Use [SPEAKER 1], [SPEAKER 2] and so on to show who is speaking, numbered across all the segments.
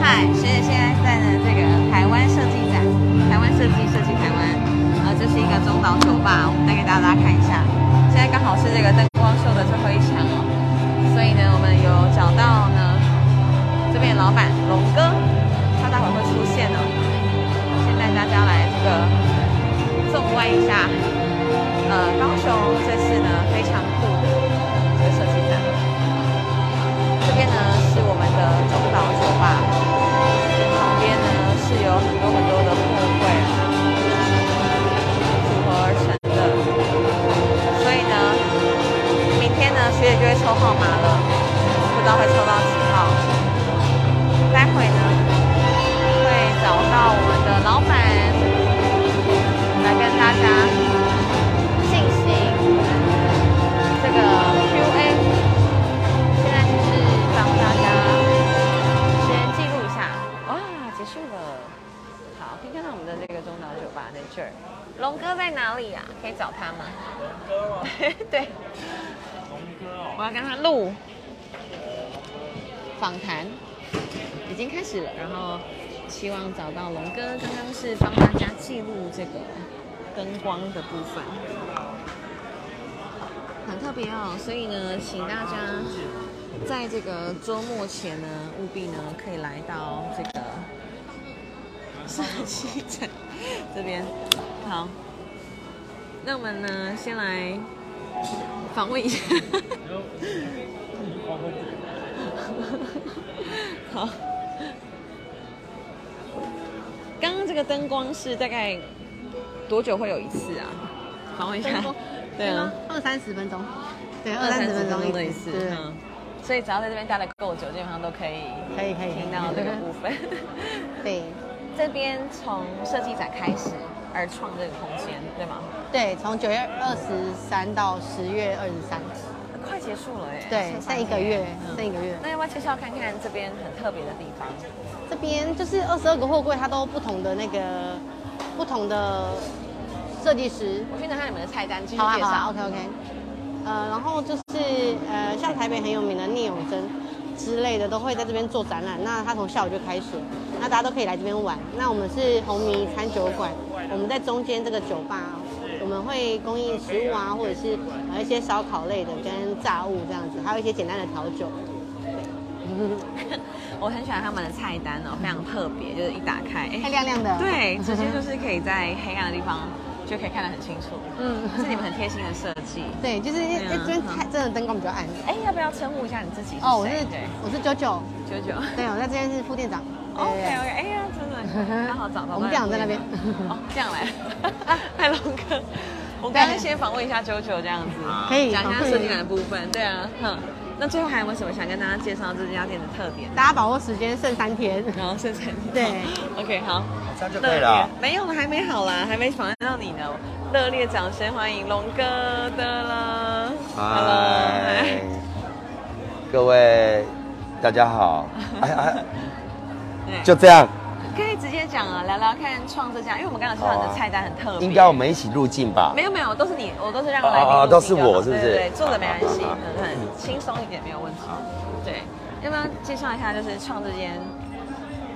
[SPEAKER 1] 在现在现在在的这个台湾设计展，台湾设计设计台湾，呃，这是一个中岛酒吧，我们带给大家看一下。现在刚好是这个灯光秀的最后一场哦，所以呢，我们有找到呢这边的老板龙哥，他待会会出现哦。先带大家来这个纵观一下，呃，高雄这次呢非常酷的这个设计展。这边呢是我们的中岛酒吧，旁边呢是有很多很多的货柜啊，组合而成的。所以呢，明天呢学姐就会抽号码了，不知道会抽到几号。待会呢会找到我们的老板来跟大家进行这个 Q&A。现在就是帮大家先记录一下，哇，结束了。好，可以看到我们的这个中岛酒吧在这儿。龙哥在哪里呀、啊可以找他吗？龙哥啊吗？对，
[SPEAKER 2] 龙哥
[SPEAKER 1] 我
[SPEAKER 2] 哦，
[SPEAKER 1] 要跟他录访谈，已经开始了。然后希望找到龙哥，刚刚是帮大家记录这个灯光的部分，很特别哦。所以呢，请大家。在这个周末前呢，务必呢可以来到这个设计展这边。好，那我们呢先来访问一下。好，刚刚这个灯光是大概多久会有一次啊？访问一下
[SPEAKER 3] 灯光，
[SPEAKER 1] 对啊。，
[SPEAKER 3] 二三十分钟，对，
[SPEAKER 1] 二
[SPEAKER 3] 二
[SPEAKER 1] 三
[SPEAKER 3] 三
[SPEAKER 1] 十
[SPEAKER 3] 十
[SPEAKER 1] 分
[SPEAKER 3] 分
[SPEAKER 1] 钟
[SPEAKER 3] 钟
[SPEAKER 1] 的一次，
[SPEAKER 3] 次，对，
[SPEAKER 1] 嗯，所以只要在这边待的够久，基本上都可以
[SPEAKER 3] 可以可以
[SPEAKER 1] 听到这个部 分。
[SPEAKER 3] 对
[SPEAKER 1] 这边从设计展开始而创这个空间，对吗？
[SPEAKER 3] 对，从九月二十三到十月二十三，
[SPEAKER 1] 快结束了耶，
[SPEAKER 3] 对，
[SPEAKER 1] 剩
[SPEAKER 3] 剩一个月，剩一
[SPEAKER 1] 个。嗯
[SPEAKER 3] 个月。
[SPEAKER 1] 那要不要介绍看看这边很特别的地方？
[SPEAKER 3] 这边就是二十二个货柜，它都不同的那个不同的设计师，
[SPEAKER 1] 我去拿下你们的菜单，继续
[SPEAKER 3] 好啊
[SPEAKER 1] 介
[SPEAKER 3] 好啊
[SPEAKER 1] 绍。
[SPEAKER 3] ，OK OK。呃，然后就是呃，像台北很有名的聂永真之类的，都会在这边做展览。那他从下午就开始，那大家都可以来这边玩。那我们是红迷餐酒馆，我们在中间这个酒吧，我们会供应食物啊，或者是呃一些烧烤类的跟炸物这样子，还有一些简单的调酒。嗯
[SPEAKER 1] 我很喜欢他们的菜单 哦，非常特别，就是一打开，
[SPEAKER 3] 太
[SPEAKER 1] 哎，
[SPEAKER 3] 亮亮的，
[SPEAKER 1] 对，直接就是可以在黑暗的地方就可以看得很清楚。
[SPEAKER 3] 嗯
[SPEAKER 1] 是你们很贴心的设计。
[SPEAKER 3] 对，就是因为
[SPEAKER 1] 嗯
[SPEAKER 3] 这边太真的灯光比较暗。
[SPEAKER 1] 哎，要不要称呼一下你自己？
[SPEAKER 3] 哦，我是
[SPEAKER 1] 对
[SPEAKER 3] 我是九九，
[SPEAKER 1] 九 九。
[SPEAKER 3] 对，我在这边是副店长。对
[SPEAKER 1] OK
[SPEAKER 3] 对对
[SPEAKER 1] OK，哎呀，真 的，刚好找到。
[SPEAKER 3] 我们店长在那边
[SPEAKER 1] 哦，这 样来。嗨，龙哥，我刚刚先访问一下九九这样子，
[SPEAKER 3] 可以
[SPEAKER 1] 讲一
[SPEAKER 3] 访
[SPEAKER 1] 下
[SPEAKER 3] 问
[SPEAKER 1] 设计感的部分。对啊，哼。那最后还有没有什么想跟大家介绍这家店的特点？
[SPEAKER 3] 大家把握时间，剩三天。
[SPEAKER 1] 然后剩产
[SPEAKER 3] 对
[SPEAKER 1] ，OK，好，
[SPEAKER 2] 这样就可以了。
[SPEAKER 1] 热烈。没有了，还没好啦，还没访问到你呢。热烈掌声欢迎龙哥的啦。
[SPEAKER 2] 嗨，
[SPEAKER 1] 哎
[SPEAKER 2] 各位大家 好。哎哎，
[SPEAKER 1] 对
[SPEAKER 2] 就这样，
[SPEAKER 1] 可以直接讲啊，聊聊看创这家，因为我们刚刚有介绍你的菜单很特别。
[SPEAKER 2] 哦应该我们一起入境吧
[SPEAKER 1] 没？有没有，都是你，我都是让
[SPEAKER 2] 哦
[SPEAKER 1] 来宾
[SPEAKER 2] 哦
[SPEAKER 1] 录
[SPEAKER 2] 哦都是
[SPEAKER 1] 就好
[SPEAKER 2] 我是不是啊
[SPEAKER 1] 对对对，坐着没关系，
[SPEAKER 2] 好好好
[SPEAKER 1] 很很轻松一点没有问题。对，要不要介绍一下就是创这间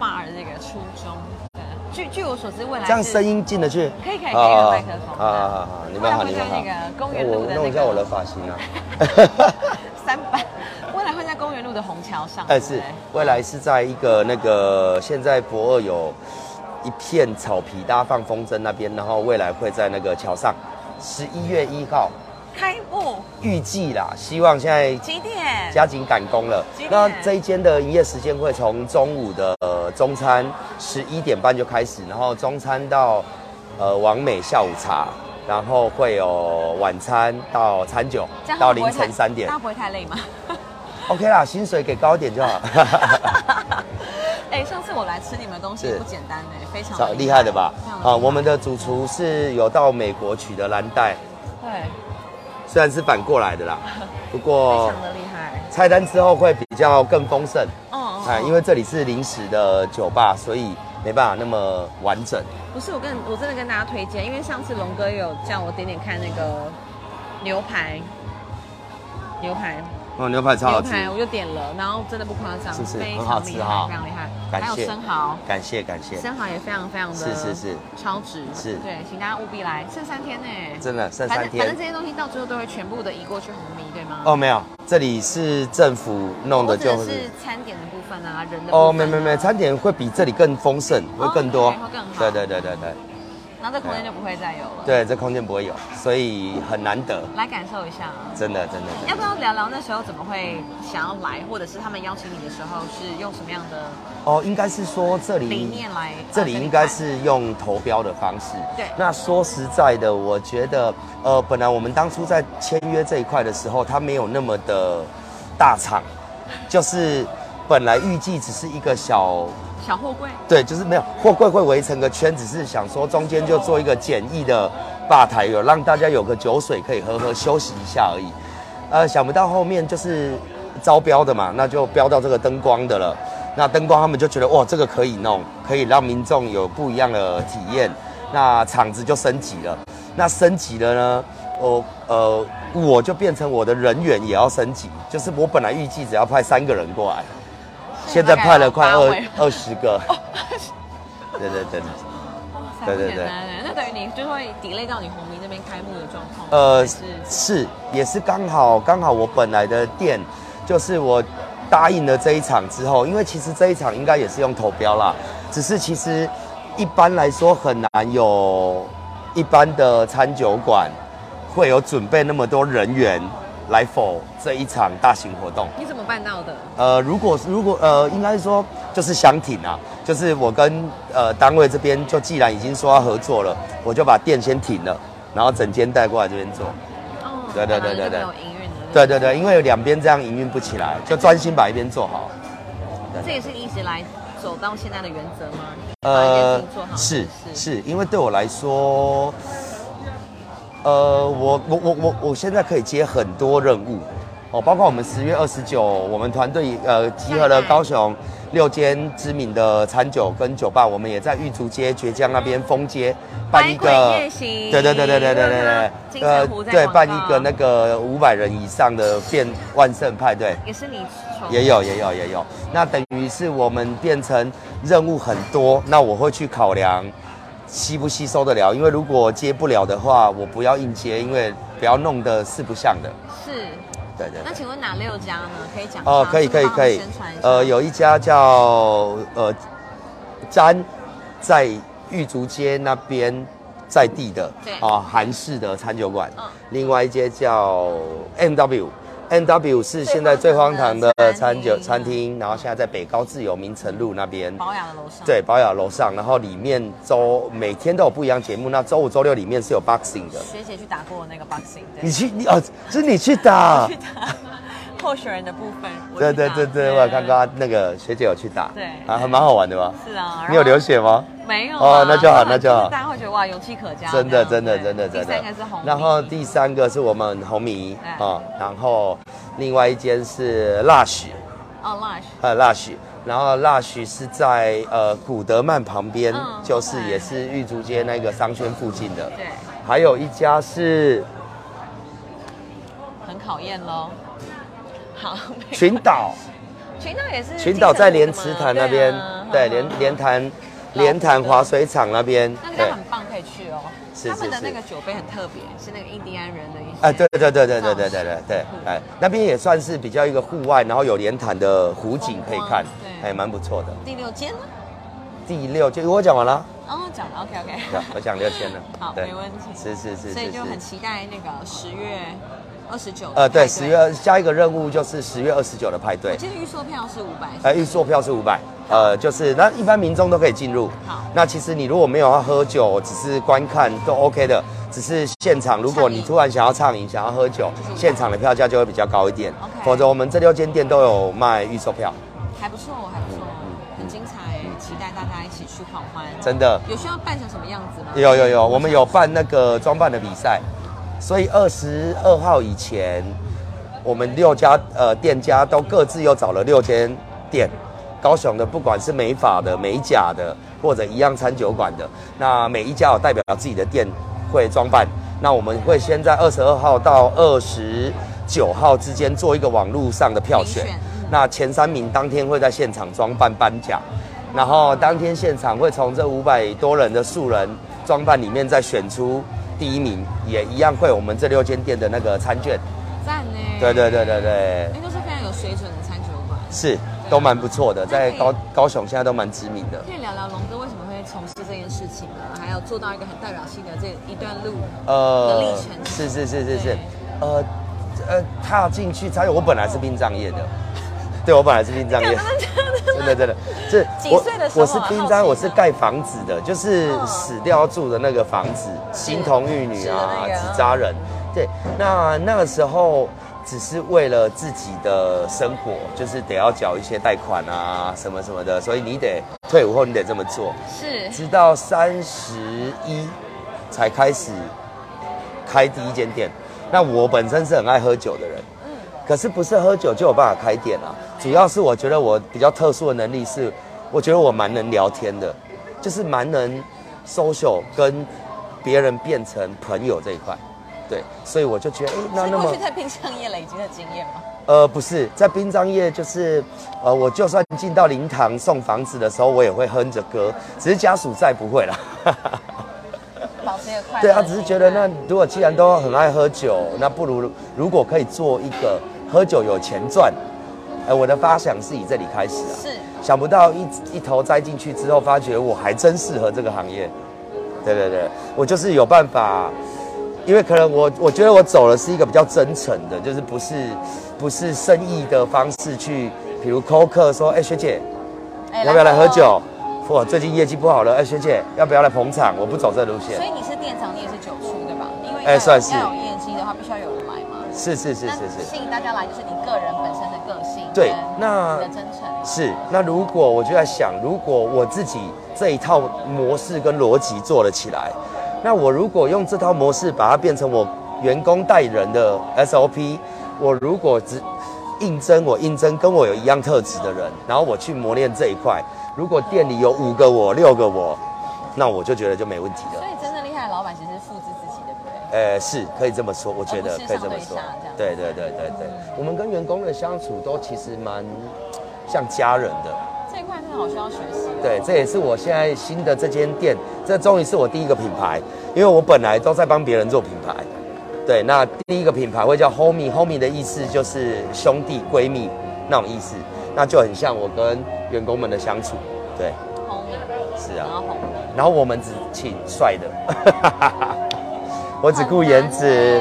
[SPEAKER 1] bar 的这个初衷？对据据我所知，未来
[SPEAKER 2] 这样声
[SPEAKER 1] 音
[SPEAKER 2] 音进得去？
[SPEAKER 1] 可以可以可以
[SPEAKER 2] 啊
[SPEAKER 1] 用麦克风
[SPEAKER 2] 啊啊啊！啊你们好，你们好
[SPEAKER 1] 会在那个公。园路的
[SPEAKER 2] 我
[SPEAKER 1] 那个。
[SPEAKER 2] 弄一下我的发型啊
[SPEAKER 1] 三百，未来会在公园路的虹桥上。
[SPEAKER 2] 哎，
[SPEAKER 1] 对不
[SPEAKER 2] 是
[SPEAKER 1] 对
[SPEAKER 2] 未来是在一个那个现在博二有一片草皮，大家放风筝那边，然后未来会在那个桥上，十一月一号
[SPEAKER 1] 开幕
[SPEAKER 2] 预计啦，希望现在
[SPEAKER 1] 几点？
[SPEAKER 2] 加紧赶工了
[SPEAKER 1] 几点。
[SPEAKER 2] 那这一间的营业时间会从中午的呃中餐十一点半就开始，然后中餐到呃完美下午茶，然后会有晚餐到餐酒
[SPEAKER 1] 这样
[SPEAKER 2] 到
[SPEAKER 1] 会不
[SPEAKER 2] 凌
[SPEAKER 1] 会
[SPEAKER 2] 晨
[SPEAKER 1] 太
[SPEAKER 2] 三点
[SPEAKER 1] 大。家不会太累吗？
[SPEAKER 2] OK 啦，薪水给高一点就好。
[SPEAKER 1] 哎、上次我来吃你们的东西
[SPEAKER 2] 是
[SPEAKER 1] 不简单哎、非常
[SPEAKER 2] 好厉害的吧
[SPEAKER 1] 非常？
[SPEAKER 2] 好，我们的主厨是有到美国取得蓝带，
[SPEAKER 1] 对，
[SPEAKER 2] 虽然是反过来的 啦，不过
[SPEAKER 1] 非常的厉害。
[SPEAKER 2] 菜单之后会比较更丰盛。
[SPEAKER 1] 哦
[SPEAKER 2] 哎，因为这里是临时的酒吧，所以没办法那么完整。
[SPEAKER 1] 不是我跟我真的跟大家推荐，因为上次龙哥有叫我点点看那个牛排，牛排，
[SPEAKER 2] 哦，牛排超好
[SPEAKER 1] 牛
[SPEAKER 2] 吃，
[SPEAKER 1] 排，我就点了，然后真的不夸张，
[SPEAKER 2] 是不是
[SPEAKER 1] 非
[SPEAKER 2] 很好
[SPEAKER 1] 常
[SPEAKER 2] 吃
[SPEAKER 1] 厉害，
[SPEAKER 2] 哈
[SPEAKER 1] 非常厉害。
[SPEAKER 2] 感
[SPEAKER 1] 还有
[SPEAKER 2] 谢
[SPEAKER 1] 生蚝，
[SPEAKER 2] 感谢感谢，
[SPEAKER 1] 生蚝也非常非常的
[SPEAKER 2] 是是是
[SPEAKER 1] 超值，
[SPEAKER 2] 是
[SPEAKER 1] 对，请大家务必来，剩三天呢，
[SPEAKER 2] 真的剩
[SPEAKER 1] 反正反
[SPEAKER 2] 三天
[SPEAKER 1] 正这些东西到最后都会全部的移过去红米，对吗？
[SPEAKER 2] 哦，没有，这里是政府弄
[SPEAKER 1] 我
[SPEAKER 2] 的，
[SPEAKER 1] 指的
[SPEAKER 2] 就是
[SPEAKER 1] 餐点的部分啊，人的部分啊
[SPEAKER 2] 哦，没没没，餐点会比这里更丰盛，会
[SPEAKER 1] 哦
[SPEAKER 2] 更多
[SPEAKER 1] ，OK，会更好，
[SPEAKER 2] 对对对对对
[SPEAKER 1] 然后这空间就不会再有了，，
[SPEAKER 2] 对，这空间不会有，所以很难得，
[SPEAKER 1] 来感受一下啊。
[SPEAKER 2] 真的真的。真的
[SPEAKER 1] 要不要聊聊那时候怎么会想要来，或者是他们邀请你的时候是用什么样的
[SPEAKER 2] 哦，应该是说这
[SPEAKER 1] 理
[SPEAKER 2] 里
[SPEAKER 1] 念来？
[SPEAKER 2] 嗯这里应该
[SPEAKER 1] 呃
[SPEAKER 2] 是用投标的方式。
[SPEAKER 1] 对
[SPEAKER 2] 那说实在的，我觉得，呃，本来我们当初在签约这一块的时候，它没有那么的大厂，就是本来预计只是一个小，
[SPEAKER 1] 跟你看小货柜，
[SPEAKER 2] 对，就是没有货柜会围成个圈，只是想说中间就做一个简易的吧台，有让大家有个酒水可以喝喝，休息一下而已。呃，想不到后面就是招标的嘛，那就标到这个灯光的了。那灯光他们就觉得哇，这个可以弄，可以让民众有不一样的体验。那厂子就升级了，那升级了呢，我呃我就变成我的人员也要升级，就是我本来预计只要派三个人过来，现在派了快
[SPEAKER 1] 大概有八
[SPEAKER 2] 二
[SPEAKER 1] 位哦
[SPEAKER 2] 二十个。对对对，
[SPEAKER 1] 哇塞，
[SPEAKER 2] 对
[SPEAKER 1] 不
[SPEAKER 2] 对
[SPEAKER 1] 简单哎，那等于你就会 delay 到你红明那边开幕的状况，
[SPEAKER 2] 呃
[SPEAKER 1] 还是
[SPEAKER 2] 是也是刚好刚好我本来的店就是我答应了这一场之后，因为其实这一场应该也是用投标啦，只是其实一般来说很难有一般的餐酒馆会有准备那么多人员来否这一场大型活动。
[SPEAKER 1] 你怎么办到的？
[SPEAKER 2] 呃，如果如果呃，应该说就是相挺啊，就是我跟呃单位这边就既然已经说要合作了，我就把店先停了，然后整间带过来这边做。
[SPEAKER 1] 哦
[SPEAKER 2] 对对对对
[SPEAKER 1] 本
[SPEAKER 2] 对
[SPEAKER 1] 来就没有营运的，
[SPEAKER 2] 对对对，因为两边这样营运不起来，就专心把一边做好。
[SPEAKER 1] 这也是你一直来走到现在的原则吗？把一件事
[SPEAKER 2] 呃
[SPEAKER 1] 情做好，
[SPEAKER 2] 是是，因为对我来说，呃，我我我我我现在可以接很多任务，哦，包括我们十月二十九，我们团队呃集合了高雄六间知名的餐酒跟酒吧，我们也在玉竹街、爵江那边封街办一个
[SPEAKER 1] 百鬼夜行
[SPEAKER 2] 对对对对对对对
[SPEAKER 1] 让
[SPEAKER 2] 对
[SPEAKER 1] 它，金城湖在
[SPEAKER 2] 对
[SPEAKER 1] 广告
[SPEAKER 2] 办一个那个五百人以上的变万圣派对。
[SPEAKER 1] 也是你从
[SPEAKER 2] 也有，也有，也有。那等于是我们变成任务很多，那我会去考量吸不吸收得了，因为如果接不了的话，我不要硬接，因为不要弄得四不像的。
[SPEAKER 1] 是。
[SPEAKER 2] 对对
[SPEAKER 1] 那
[SPEAKER 2] 对。
[SPEAKER 1] 请问哪六家呢？可以讲
[SPEAKER 2] 哦，
[SPEAKER 1] 吗
[SPEAKER 2] 可以，可以，
[SPEAKER 1] 顺便帮我
[SPEAKER 2] 可
[SPEAKER 1] 们
[SPEAKER 2] 以
[SPEAKER 1] 宣传一。下
[SPEAKER 2] 呃，有一家叫呃詹，在玉竹街那边在地的，
[SPEAKER 1] 对
[SPEAKER 2] 啊，韩式的餐酒馆。
[SPEAKER 1] 嗯
[SPEAKER 2] 另外一间叫 M W。M W 是现在最
[SPEAKER 1] 最
[SPEAKER 2] 荒
[SPEAKER 1] 荒
[SPEAKER 2] 唐
[SPEAKER 1] 唐
[SPEAKER 2] 的
[SPEAKER 1] 的
[SPEAKER 2] 餐酒餐
[SPEAKER 1] 餐厅
[SPEAKER 2] 厅，然后现在在北高自由明城路那边，
[SPEAKER 1] 保养的楼上，
[SPEAKER 2] 对，保雅楼上，然后里面周每天都有不一样节目，那周五、周六里面是有 boxing 的，
[SPEAKER 1] 学姐去打过那个 boxing，对
[SPEAKER 2] 你去你哦，是你去啊打
[SPEAKER 1] 去，打 候选人的部分。我去
[SPEAKER 2] 对对
[SPEAKER 1] 打
[SPEAKER 2] 对对，我有看。到那个学姐有去打，
[SPEAKER 1] 对
[SPEAKER 2] 啊，还蛮好玩的吧？
[SPEAKER 1] 是啊，
[SPEAKER 2] 你有流
[SPEAKER 1] 血？
[SPEAKER 2] 血吗？
[SPEAKER 1] 没有啊
[SPEAKER 2] 哦那就好那就好
[SPEAKER 1] 是大家会觉得哇，勇气可嘉。
[SPEAKER 2] 真的，
[SPEAKER 1] 这
[SPEAKER 2] 真
[SPEAKER 1] 样
[SPEAKER 2] 的，
[SPEAKER 1] 对
[SPEAKER 2] 真的，真
[SPEAKER 1] 第
[SPEAKER 2] 的
[SPEAKER 1] 三个是红。米，
[SPEAKER 2] 然后第三个是我们红米
[SPEAKER 1] 对
[SPEAKER 2] 啊，然后另外一间是辣许，
[SPEAKER 1] 哦 lush，
[SPEAKER 2] 呃，辣许，然后辣许是在呃古德曼旁边
[SPEAKER 1] 嗯，
[SPEAKER 2] 就是
[SPEAKER 1] 对
[SPEAKER 2] 也是玉竹街那个商圈附近的。
[SPEAKER 1] 对，
[SPEAKER 2] 还有一家是
[SPEAKER 1] 很考验喽。好，
[SPEAKER 2] 群岛，
[SPEAKER 1] 嗯群岛也是
[SPEAKER 2] 群岛在莲
[SPEAKER 1] 莲
[SPEAKER 2] 池潭那边，
[SPEAKER 1] 嗯啊
[SPEAKER 2] 对，莲莲潭莲潭滑水场那边，
[SPEAKER 1] 那
[SPEAKER 2] 对
[SPEAKER 1] 个，很棒，可以去哦。
[SPEAKER 2] 是
[SPEAKER 1] 他们的
[SPEAKER 2] 是是
[SPEAKER 1] 那个酒杯很特别，是那个印第安人的一些。
[SPEAKER 2] 哎，对对对对对
[SPEAKER 1] 造
[SPEAKER 2] 对对
[SPEAKER 1] 型
[SPEAKER 2] 对对，哎，那边也算是比较一个户外，然后有莲潭的湖景可以看
[SPEAKER 1] 风光，对
[SPEAKER 2] 还蛮不错的。
[SPEAKER 1] 第六间呢？
[SPEAKER 2] 第六就我讲 完了，
[SPEAKER 1] 哦，讲了 OK OK。
[SPEAKER 2] 对我讲六千了，
[SPEAKER 1] 好，
[SPEAKER 2] 对
[SPEAKER 1] 没问题。
[SPEAKER 2] 是是是
[SPEAKER 1] 所以
[SPEAKER 2] 是
[SPEAKER 1] 就很
[SPEAKER 2] 是。
[SPEAKER 1] 期待那个十月二十九。
[SPEAKER 2] 呃，对，十月下一个任务就是十月二十九的派对
[SPEAKER 1] 我，记得预售票是五百。
[SPEAKER 2] 呃，预售票是五百，呃，就是那一般民众都可以进入。
[SPEAKER 1] 好
[SPEAKER 2] 那其实你如果没有要喝酒，只是观看都 OK 的，只是现场如果你
[SPEAKER 1] 畅饮
[SPEAKER 2] 突然想要畅饮、想要喝酒
[SPEAKER 1] 就是，100
[SPEAKER 2] 现场的票价就会比较高一点。
[SPEAKER 1] OK
[SPEAKER 2] 否则我们这六间店都有卖预售票，
[SPEAKER 1] 还不错，还不错，很精彩耶，期待大家一起去狂欢。
[SPEAKER 2] 嗯真的。
[SPEAKER 1] 有需要扮成什么样子吗？
[SPEAKER 2] 有有有，我们有办那个装扮的比赛，所以二十二号以前，我们六家呃店家都各自又找了六间店，高雄的不管是美发的、美甲的，或者一样餐酒馆的，那每一家有代表自己的店会装扮。那我们会先在二十二号到二十九号之间做一个网络上的票选
[SPEAKER 1] 评选嗯，
[SPEAKER 2] 那前三名当天会在现场装扮颁奖。然后当天现场会从这五百多人的素人装扮里面再选出第一名，也一样会有我们这六间店的那个餐券。
[SPEAKER 1] 赞呢。
[SPEAKER 2] 对对对对对，
[SPEAKER 1] 因为都是非常有水准的餐酒馆。
[SPEAKER 2] 是都蛮不错的，在高高雄现在都蛮知名的。
[SPEAKER 1] 可以聊聊龙哥为什么会从事这件事情吗？还有做到一个很代表性的这一段路。
[SPEAKER 2] 呃
[SPEAKER 1] 的历程
[SPEAKER 2] 是是是是是
[SPEAKER 1] 对，
[SPEAKER 2] 呃呃，踏进去餐饮，我本来是殡葬业的， 对我本来是殡葬业， 真的真的，这
[SPEAKER 1] 几
[SPEAKER 2] 我
[SPEAKER 1] 岁的时候
[SPEAKER 2] 我是
[SPEAKER 1] 啊
[SPEAKER 2] 殡
[SPEAKER 1] 好
[SPEAKER 2] 葬，
[SPEAKER 1] 奇
[SPEAKER 2] 我是
[SPEAKER 1] 呢
[SPEAKER 2] 盖房子的，就是
[SPEAKER 1] 嗯
[SPEAKER 2] 死掉住的那个房子，形同玉女
[SPEAKER 1] 是的
[SPEAKER 2] 啊，
[SPEAKER 1] 那个
[SPEAKER 2] 纸扎人，对，那那个时候。只是为了自己的生活，就是得要缴一些贷款啊，什么什么的，所以你得退伍后你得这么做。
[SPEAKER 1] 是
[SPEAKER 2] 直到三十一才开始开第一间店。那我本身是很爱喝酒的人，可是不是喝酒就有办法开店啊。主要是我觉得我比较特殊的能力是，我觉得我蛮能聊天的，就是蛮能 social 跟别人变成朋友这一块。对，所以我就觉得，哎、那
[SPEAKER 1] 是
[SPEAKER 2] 那
[SPEAKER 1] 过
[SPEAKER 2] 么
[SPEAKER 1] 去在冰箱业累积的经验吗？
[SPEAKER 2] 呃，不是，在殡葬业就是，呃，我就算进到灵堂送房子的时候，我也会哼着歌，只是家属在不会啦。
[SPEAKER 1] 保持一个快乐。
[SPEAKER 2] 对啊，只是觉得那如果既然都很爱喝酒，那不如如果可以做一个喝酒有钱赚，哎、我的发想是以这里开始啊。
[SPEAKER 1] 是
[SPEAKER 2] 想不到一一头栽进去之后，发觉我还真适合这个行业。对对对，我就是有办法，因为可能我我觉得我走的是一个比较真诚的，就是不是不是生意的方式去，比如扣客说，哎、学姐，
[SPEAKER 1] 哎
[SPEAKER 2] 要不要来喝
[SPEAKER 1] 哦
[SPEAKER 2] 酒？我最近业绩不好了，哎、学姐，要不要来捧场？我不走这路线
[SPEAKER 1] 所。以你是店长，你也是酒出对吧？因为
[SPEAKER 2] 哎
[SPEAKER 1] 要有
[SPEAKER 2] 算是
[SPEAKER 1] 要有业绩的话，必须要有人来嘛。
[SPEAKER 2] 是是是
[SPEAKER 1] 那
[SPEAKER 2] 是是。
[SPEAKER 1] 吸引大家来就是你个人本身的个性，
[SPEAKER 2] 对
[SPEAKER 1] 跟
[SPEAKER 2] 那
[SPEAKER 1] 你的真诚，
[SPEAKER 2] 是，那如果我就在想，如果我自己这一套模式跟逻辑做了起来，那我如果用这套模式把它变成我员工带人的 SOP，我如果只应征我应征跟我有一样特质的人，然后我去磨练这一块，如果店里有五个我、六个我，那我就觉得就没问题了
[SPEAKER 1] 所。以真正厉害的老板其实是复制自己，对不对？
[SPEAKER 2] 呃，是可以这么说，我觉
[SPEAKER 1] 而不
[SPEAKER 2] 得
[SPEAKER 1] 是
[SPEAKER 2] 可以这
[SPEAKER 1] 上
[SPEAKER 2] 么
[SPEAKER 1] 对
[SPEAKER 2] 说
[SPEAKER 1] 下这样。
[SPEAKER 2] 对对对对对，我们跟员工的相处都其实蛮像家人的。
[SPEAKER 1] 这一块真的好需要学习。啊
[SPEAKER 2] 对，这也是我现在新的这间店，这终于是我第一个品牌，因为我本来都在帮别人做品牌。对，那第一个品牌会叫 Homie，Homie 的意思就是兄弟闺蜜那种意思，那就很像我跟员工们的相处。对，
[SPEAKER 1] 红米
[SPEAKER 2] 是
[SPEAKER 1] 然后
[SPEAKER 2] 啊。
[SPEAKER 1] 红米
[SPEAKER 2] 然后我们只请帅的，我只顾颜值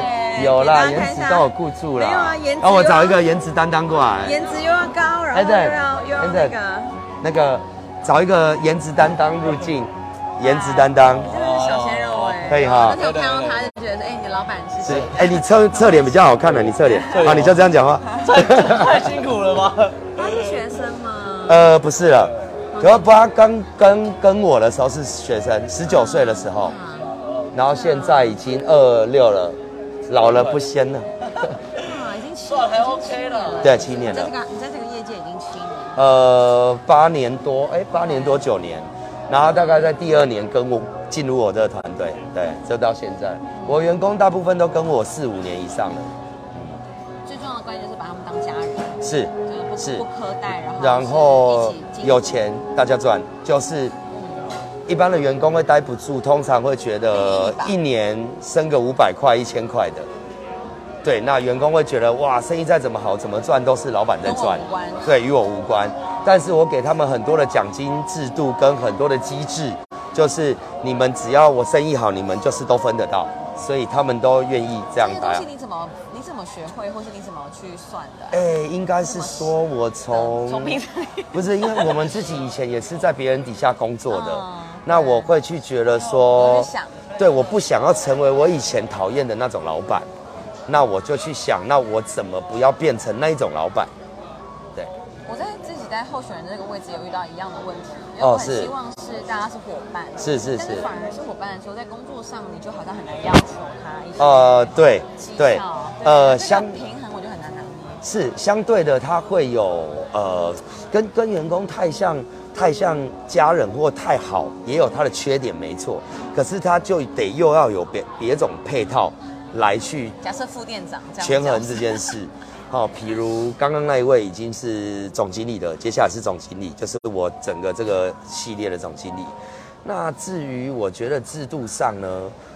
[SPEAKER 1] 很难，欸
[SPEAKER 2] 有啦，
[SPEAKER 1] 给大家
[SPEAKER 2] 颜
[SPEAKER 1] 看一
[SPEAKER 2] 值
[SPEAKER 1] 下
[SPEAKER 2] 刚好顾住了。哦
[SPEAKER 1] 没有啊颜值
[SPEAKER 2] 那我
[SPEAKER 1] 有
[SPEAKER 2] 找
[SPEAKER 1] 啊
[SPEAKER 2] 一个颜值担当过来，
[SPEAKER 1] 颜值又要高，然后
[SPEAKER 2] 哎对
[SPEAKER 1] 又要又要那
[SPEAKER 2] 哎对
[SPEAKER 1] 个，
[SPEAKER 2] 那个找一个颜值担当入境，颜值担当。
[SPEAKER 1] 你真的是小鲜肉哎。
[SPEAKER 2] 哦可以哈
[SPEAKER 1] 而且我看到他就觉得，哎，你老板是
[SPEAKER 2] 是
[SPEAKER 1] 谁？，
[SPEAKER 2] 哎、你侧侧脸比较好看啊的，你侧脸
[SPEAKER 4] 侧，脸
[SPEAKER 2] 好，你就这样讲话。
[SPEAKER 4] 太太辛苦了吧？
[SPEAKER 1] 他是学生吗？
[SPEAKER 2] 呃，不是了，可不，他刚跟跟我的时候是学生，十九岁的时候，
[SPEAKER 1] 啊
[SPEAKER 2] 然后现在已经二六了，老了不鲜了，
[SPEAKER 1] 啊，已经七
[SPEAKER 4] 算还
[SPEAKER 1] 已经
[SPEAKER 4] OK 了
[SPEAKER 1] 七年
[SPEAKER 2] 对，七年
[SPEAKER 1] 你在
[SPEAKER 2] 了
[SPEAKER 1] 这，个你在这个业界已经七年了，
[SPEAKER 2] 呃，八年多，哎、八年多九年，然后大概在第二年跟我进入我的团队，对，就到现在，我员工大部分都跟我四五年以上了，
[SPEAKER 1] 最重要的关键就是把他们当家人，
[SPEAKER 2] 是。
[SPEAKER 1] 就是不
[SPEAKER 2] 是
[SPEAKER 1] 不苛待，然后
[SPEAKER 2] 然
[SPEAKER 1] 是
[SPEAKER 2] 后
[SPEAKER 1] 一起经营
[SPEAKER 2] 有钱大家赚，就是一般的员工会待不住，通常会觉得
[SPEAKER 1] 一
[SPEAKER 2] 一年升个五百块、一千块的。对，那员工会觉得哇，生意再怎么好，怎么赚都是老板在赚
[SPEAKER 1] 跟我无关，
[SPEAKER 2] 对，与我无关。但是我给他们很多的奖金制度跟很多的机制，就是你们只要我生意好，你们就是都分得到，所以他们都愿意这样
[SPEAKER 1] 这些
[SPEAKER 2] 待啊
[SPEAKER 1] 东。西你怎么你怎么学会，或是你怎么去算的啊？
[SPEAKER 2] 哎、应该是说我从
[SPEAKER 1] 从平常
[SPEAKER 2] 不是，因为我们自己以前也是在别人底下工作的，
[SPEAKER 1] 嗯
[SPEAKER 2] 那我会去觉得
[SPEAKER 1] 哦我
[SPEAKER 2] 说
[SPEAKER 1] 去想，
[SPEAKER 2] 对，我不想要成为我以前讨厌的那种老板，那我就去想，那我怎么不要变成那一种老板？对，
[SPEAKER 1] 我在自己在候选人这个位置有遇到一样的问题，因为
[SPEAKER 2] 哦
[SPEAKER 1] 我很
[SPEAKER 2] 是
[SPEAKER 1] 希望是大家是伙伴，
[SPEAKER 2] 是是
[SPEAKER 1] 但是
[SPEAKER 2] 是
[SPEAKER 1] 反而是伙伴的时候，在工作上你就好像很难要求他一些
[SPEAKER 2] 呃，对
[SPEAKER 1] 绩
[SPEAKER 2] 对
[SPEAKER 1] 效，啊
[SPEAKER 2] 呃，
[SPEAKER 1] 这个
[SPEAKER 2] 相
[SPEAKER 1] 平衡我就很难拿捏，
[SPEAKER 2] 是相对的，他会有呃，跟跟员工太像太像家人或太好，也有他的缺点，没错。可是他就得又要有别别种配套来去
[SPEAKER 1] 假设副店长这样
[SPEAKER 2] 权衡
[SPEAKER 1] 讲
[SPEAKER 2] 这件事。好、哦，比如刚刚那一位已经是总经理了，接下来是总经理，就是我整个这个系列的总经理。那至于我觉得制度上呢，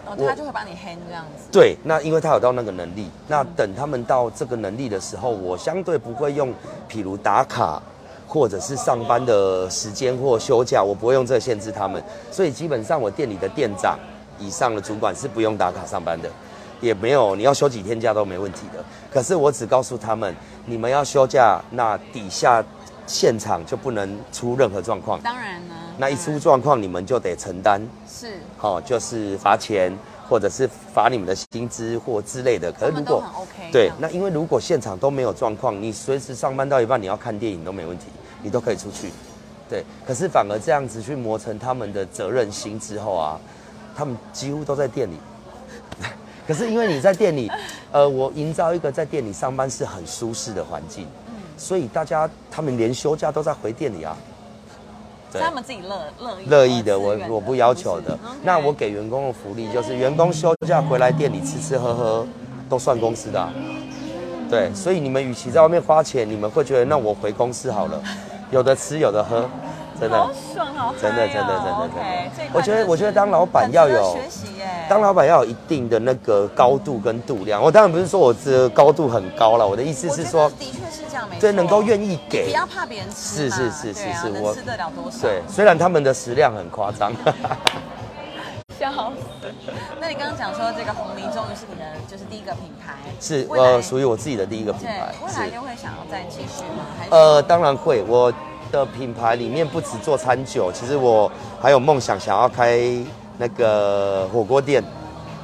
[SPEAKER 1] 哦，
[SPEAKER 2] 我
[SPEAKER 1] 他就会帮你 hand 这样子。
[SPEAKER 2] 对，那因为他有到那个能力，那等他们到这个能力的时候，我相对不会用，譬如打卡，或者是上班的时间或休假，我不会用这个限制他们。所以基本上我店里的店长以上的主管是不用打卡上班的，也没有你要休几天假都没问题的。可是我只告诉他们，你们要休假，那底下现场就不能出任何状况。
[SPEAKER 1] 当然呢，嗯
[SPEAKER 2] 那一出状况，你们就得承担。
[SPEAKER 1] 是，
[SPEAKER 2] 哦，就是罚钱，或者是罚你们的薪资或之类的。
[SPEAKER 1] 他
[SPEAKER 2] 可是呃如
[SPEAKER 1] 们
[SPEAKER 2] 果
[SPEAKER 1] 都很 OK 这
[SPEAKER 2] 对
[SPEAKER 1] 样，
[SPEAKER 2] 那因为如果现场都没有状况，你随时上班到一半你要看电影都没问题，你都可以出去。对，可是反而这样子去磨成他们的责任心之后啊，他们几乎都在店里。 可是因为你在店 里，呃，我营造一个在店里上班是很舒适的环境，
[SPEAKER 1] 嗯
[SPEAKER 2] 所以大家他们连休假都在回店里啊。
[SPEAKER 1] 是他们自己乐乐意
[SPEAKER 2] 乐意的，
[SPEAKER 1] 自
[SPEAKER 2] 我
[SPEAKER 1] 愿
[SPEAKER 2] 我不要求的。那我给员工的福利就是，员工休假回来店里吃吃喝喝，都算公司的啊、对，所以你们与其在外面花钱，你们会觉得那我回公司好了，有的吃有的喝，真的
[SPEAKER 1] 好。爽，好嗨哦
[SPEAKER 2] 真的真的真的
[SPEAKER 1] OK，这一块
[SPEAKER 2] 我觉
[SPEAKER 1] 真的
[SPEAKER 2] 得
[SPEAKER 1] 是
[SPEAKER 2] 我觉得当老板要有
[SPEAKER 1] 很值得学习耶，
[SPEAKER 2] 当老板要有一定的那个高度跟度量。我当然不是说我这高度很高了，我的意思
[SPEAKER 1] 我觉
[SPEAKER 2] 是
[SPEAKER 1] 得
[SPEAKER 2] 说，
[SPEAKER 1] 的确是这样，没错
[SPEAKER 2] 对，能够愿意
[SPEAKER 1] 不
[SPEAKER 2] 给。
[SPEAKER 1] 要怕别人吃
[SPEAKER 2] 是
[SPEAKER 1] 嘛，
[SPEAKER 2] 是是是
[SPEAKER 1] 对啊
[SPEAKER 2] 是
[SPEAKER 1] 能
[SPEAKER 2] 我
[SPEAKER 1] 吃得了多少？
[SPEAKER 2] 对，虽然他们的食量很夸张。
[SPEAKER 1] 笑死。那你刚刚讲说这个红梨终于是你的就是第一个品牌，
[SPEAKER 2] 是
[SPEAKER 1] 未来
[SPEAKER 2] 呃，属于我自己的第一个品
[SPEAKER 1] 对
[SPEAKER 2] 牌。，
[SPEAKER 1] 未来
[SPEAKER 2] 是
[SPEAKER 1] 又会想要再继续吗？还是
[SPEAKER 2] 呃，当然会。我的品牌里面不只做餐酒，其实我还有梦想，想要开那个火锅店。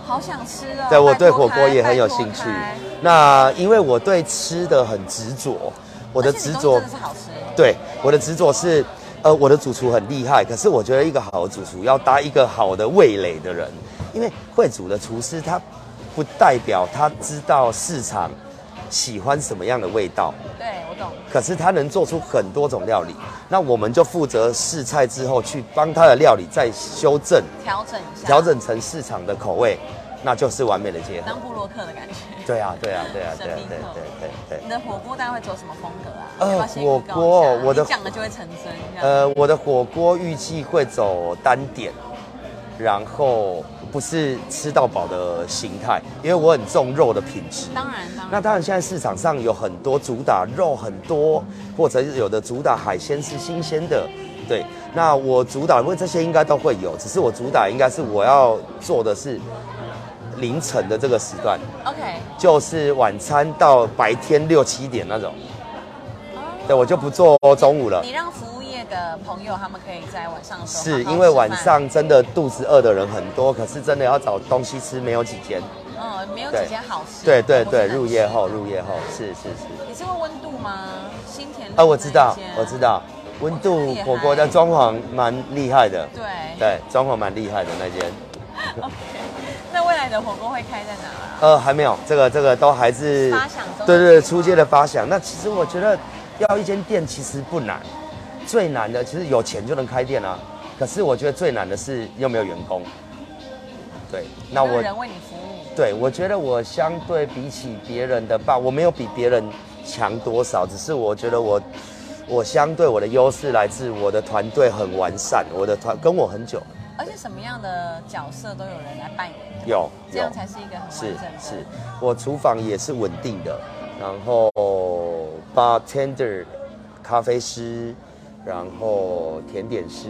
[SPEAKER 1] 好想吃哦。
[SPEAKER 2] 对，我
[SPEAKER 1] 拜托
[SPEAKER 2] 对火锅
[SPEAKER 1] 开
[SPEAKER 2] 也很
[SPEAKER 1] 拜
[SPEAKER 2] 有
[SPEAKER 1] 托
[SPEAKER 2] 兴趣
[SPEAKER 1] 开。
[SPEAKER 2] 那因为我对吃的很执着，我的
[SPEAKER 1] 而且
[SPEAKER 2] 执
[SPEAKER 1] 你东西
[SPEAKER 2] 着
[SPEAKER 1] 真的是好吃。
[SPEAKER 2] 对，我的执着是，呃，我的主厨很厉害，可是我觉得一个好的主厨要搭一个好的味蕾的人，因为会煮的厨师他不代表他知道市场喜欢什么样的味道，
[SPEAKER 1] 对，我懂。
[SPEAKER 2] 可是他能做出很多种料理。那我们就负责试菜之后去帮他的料理再修正，
[SPEAKER 1] 调整一下，
[SPEAKER 2] 调整成市场的口味，那就是完美的结合。
[SPEAKER 1] 当布洛克的感觉。
[SPEAKER 2] 对啊，对啊，对啊，
[SPEAKER 1] 神
[SPEAKER 2] 对啊
[SPEAKER 1] 秘，
[SPEAKER 2] 对
[SPEAKER 1] 客
[SPEAKER 2] 对对对。啊
[SPEAKER 1] 你的火锅大概会走什么风格啊？
[SPEAKER 2] 呃
[SPEAKER 1] 要不要先预告一下
[SPEAKER 2] 火锅我的
[SPEAKER 1] 你讲了就会成真。呃，
[SPEAKER 2] 呃，我的火锅预计会走单点，然后不是吃到饱的形态，因为我很重肉的品质。
[SPEAKER 1] 当然当
[SPEAKER 2] 那
[SPEAKER 1] 然，
[SPEAKER 2] 当然，现在市场上有很多主打肉很多，或者是有的主打海鲜是新鲜的，对。那我主打，不过这些应该都会有，只是我主打应该是我要做的是凌晨的这个时段，
[SPEAKER 1] OK，
[SPEAKER 2] 就是晚餐到白天六七点那种。对，我就不做中午了
[SPEAKER 1] 哦你。让服务业的朋友他们可以在晚上的时候
[SPEAKER 2] 是
[SPEAKER 1] 好好
[SPEAKER 2] 因为
[SPEAKER 1] 吃饭
[SPEAKER 2] 晚，上真的肚子饿的人很多，可是真的要找东西吃没有几间。
[SPEAKER 1] 嗯，没有
[SPEAKER 2] 对
[SPEAKER 1] 几间好吃。
[SPEAKER 2] 对对
[SPEAKER 1] 不是
[SPEAKER 2] 对，
[SPEAKER 1] 很
[SPEAKER 2] 入夜后，入夜后，是是是。
[SPEAKER 1] 你是问温度吗？新田路
[SPEAKER 2] 啊，我知道
[SPEAKER 1] 那一间，
[SPEAKER 2] 我知。道，温度
[SPEAKER 1] 厉害
[SPEAKER 2] 火锅的装潢蛮厉害的，
[SPEAKER 1] 对
[SPEAKER 2] 对，装潢蛮厉害的那间。
[SPEAKER 1] ，OK。那 未来的火锅会开在哪啊？
[SPEAKER 2] 呃，还没有，这个这个都还是
[SPEAKER 1] 发想中的
[SPEAKER 2] 对对对，
[SPEAKER 1] 计划
[SPEAKER 2] 出街的发想。那其实我觉得要一间店其实不难，最难的其实有钱就能开店啊。可是我觉得最难的是有没有员工。对，那
[SPEAKER 1] 有没有
[SPEAKER 2] 我
[SPEAKER 1] 人为你服务，
[SPEAKER 2] 对，我觉得我相对比起别人的吧，我没有比别人强多少，只是我觉得我，我相对我的优势来自我的团队很完善，我的团跟我很久
[SPEAKER 1] 而且什么样的角色都有人来扮演，
[SPEAKER 2] 有
[SPEAKER 1] 这
[SPEAKER 2] 有
[SPEAKER 1] 样才是一个很完
[SPEAKER 2] 是
[SPEAKER 1] 整的。
[SPEAKER 2] 是，我厨房也是稳定的，然后 bartender 咖啡师，然后甜点师。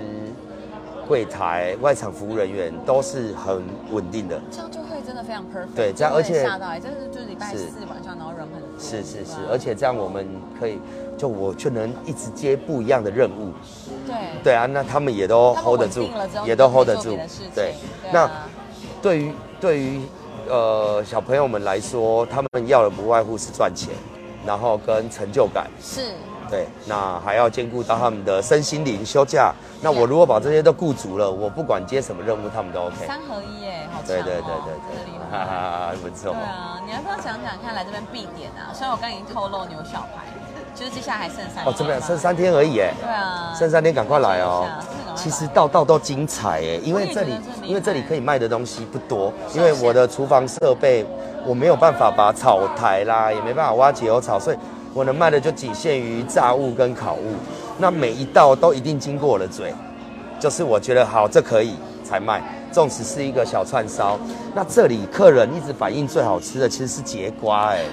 [SPEAKER 2] 柜台、外场服务人员都是很稳定的，
[SPEAKER 1] 这样就会真的非常 perfect。
[SPEAKER 2] 对这样而且
[SPEAKER 1] 真的吓到哎，这是就是礼拜
[SPEAKER 2] 是
[SPEAKER 1] 四晚上，然后人很多。
[SPEAKER 2] 是是是
[SPEAKER 1] 对吧，
[SPEAKER 2] 而且这样我们可以，就我就能一直接不一样的任务。
[SPEAKER 1] 对
[SPEAKER 2] 对啊，那他们也都
[SPEAKER 1] 他们
[SPEAKER 2] hold 得
[SPEAKER 1] 稳
[SPEAKER 2] 住
[SPEAKER 1] 定了之后，
[SPEAKER 2] 也都
[SPEAKER 1] 你就
[SPEAKER 2] hold
[SPEAKER 1] 可以
[SPEAKER 2] 得
[SPEAKER 1] 做
[SPEAKER 2] 住
[SPEAKER 1] 别的事情。
[SPEAKER 2] 对，
[SPEAKER 1] 啊
[SPEAKER 2] 那对于对于呃小朋友们来说，他们要的不外乎是赚钱，然后跟成就感。
[SPEAKER 1] 是
[SPEAKER 2] 对，那还要兼顾到他们的身心灵休假。那我如果把这些都顾足了，我不管接什么任务，他们都 OK。
[SPEAKER 1] 三合一耶，好强哦，
[SPEAKER 2] 对对对对
[SPEAKER 1] 真的厉
[SPEAKER 2] 对，哈
[SPEAKER 1] 害。
[SPEAKER 2] 哈哈，不错
[SPEAKER 1] 对。啊，你要不要讲讲看来这边必点啊？虽然我刚刚已经透露你有小牌，就是接下来还剩三
[SPEAKER 2] 哦，这边
[SPEAKER 1] 天嘛
[SPEAKER 2] 剩。三天而已哎。
[SPEAKER 1] 对啊，
[SPEAKER 2] 剩三天赶快来哦
[SPEAKER 1] 是赶快！来
[SPEAKER 2] 其实道道都精彩哎，因
[SPEAKER 1] 我
[SPEAKER 2] 为
[SPEAKER 1] 也觉
[SPEAKER 2] 这
[SPEAKER 1] 得
[SPEAKER 2] 里
[SPEAKER 1] 这很厉害
[SPEAKER 2] 因为这里可以卖的东西不多，因为我的厨房设备我没有办法把草台啦，也没办法挖解忧草，所以我能卖的就仅限于炸物跟烤物。那每一道都一定经过我的嘴，就是我觉得好，这可以才卖。纵使是一个小串烧，那这里客人一直反映最好吃的其实是节瓜、哎，